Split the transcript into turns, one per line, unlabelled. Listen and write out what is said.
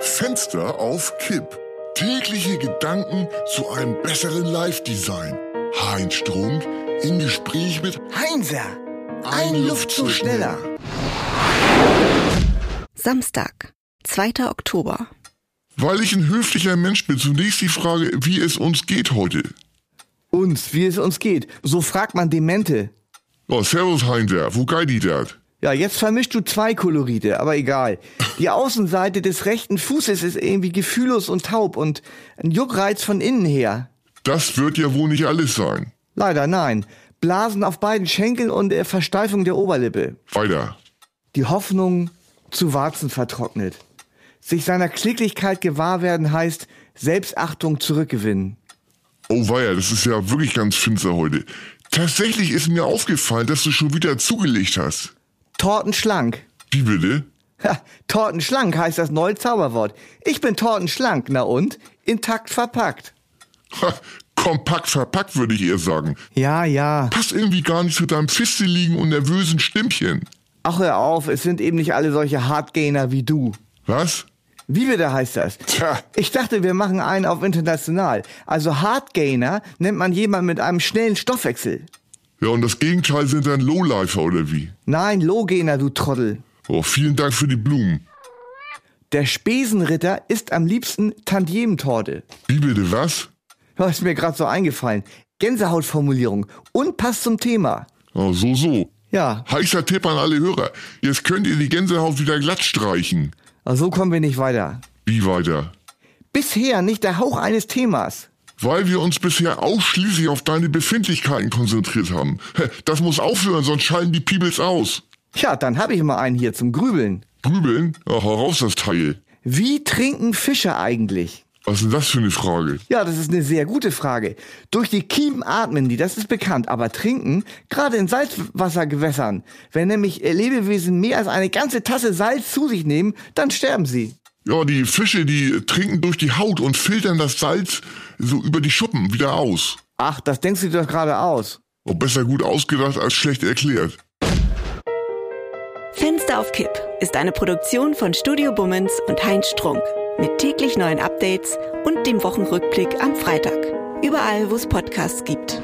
Fenster auf Kipp. Tägliche Gedanken zu einem besseren Live-Design. Heinz Strunk im Gespräch mit
Heinzer,
Ein Luftzug schneller.
Samstag, 2. Oktober.
Weil ich ein höflicher Mensch bin, zunächst die Frage, wie es uns geht heute.
Uns, wie es uns geht. So fragt man Demente.
Oh, servus Heinzer, wo geht die dat?
Ja, jetzt vermischst du zwei Kolorite, aber egal. Die Außenseite des rechten Fußes ist irgendwie gefühllos und taub und ein Juckreiz von innen her.
Das wird ja wohl nicht alles sein.
Leider nein. Blasen auf beiden Schenkeln und äh, Versteifung der Oberlippe.
Weiter.
Die Hoffnung zu Warzen vertrocknet. Sich seiner Klicklichkeit gewahr werden heißt Selbstachtung zurückgewinnen.
Oh weia, das ist ja wirklich ganz finster heute. Tatsächlich ist mir aufgefallen, dass du schon wieder zugelegt hast.
Tortenschlank.
Wie bitte?
Ha, tortenschlank heißt das neue Zauberwort. Ich bin tortenschlank, na und? Intakt verpackt.
Ha, kompakt verpackt würde ich eher sagen.
Ja, ja.
Passt irgendwie gar nicht zu deinem fisteligen und nervösen Stimmchen.
Ach, hör auf, es sind eben nicht alle solche Hardgainer wie du.
Was?
Wie bitte heißt das?
Tja.
Ich dachte, wir machen einen auf international. Also Hardgainer nennt man jemanden mit einem schnellen Stoffwechsel.
Ja, und das Gegenteil sind dann Lowlifer oder wie?
Nein, Lowgainer, du Trottel.
Oh, vielen Dank für die Blumen.
Der Spesenritter isst am liebsten Tantiementorte.
Wie bitte was?
Das ist mir gerade so eingefallen. Gänsehautformulierung. Und passt zum Thema.
Oh, so, so.
Ja,
Heißer Tipp an alle Hörer. Jetzt könnt ihr die Gänsehaut wieder glatt streichen.
so kommen wir nicht weiter.
Wie weiter?
Bisher nicht der Hauch eines Themas.
Weil wir uns bisher ausschließlich auf deine Befindlichkeiten konzentriert haben. Hä, Das muss aufhören, sonst scheiden die Peebles aus.
Tja, dann habe ich mal einen hier zum Grübeln.
Grübeln? Ach, heraus das Teil.
Wie trinken Fische eigentlich?
Was ist denn das für eine Frage?
Ja, das ist eine sehr gute Frage. Durch die Kiemen atmen die, das ist bekannt, aber trinken, gerade in Salzwassergewässern, wenn nämlich Lebewesen mehr als eine ganze Tasse Salz zu sich nehmen, dann sterben sie.
Ja, die Fische, die trinken durch die Haut und filtern das Salz so über die Schuppen wieder aus.
Ach, das denkst du dir doch gerade aus.
Oh, besser gut ausgedacht als schlecht erklärt.
Fenster auf Kipp ist eine Produktion von Studio Bummens und Heinz Strunk. Mit täglich neuen Updates und dem Wochenrückblick am Freitag. Überall, wo es Podcasts gibt.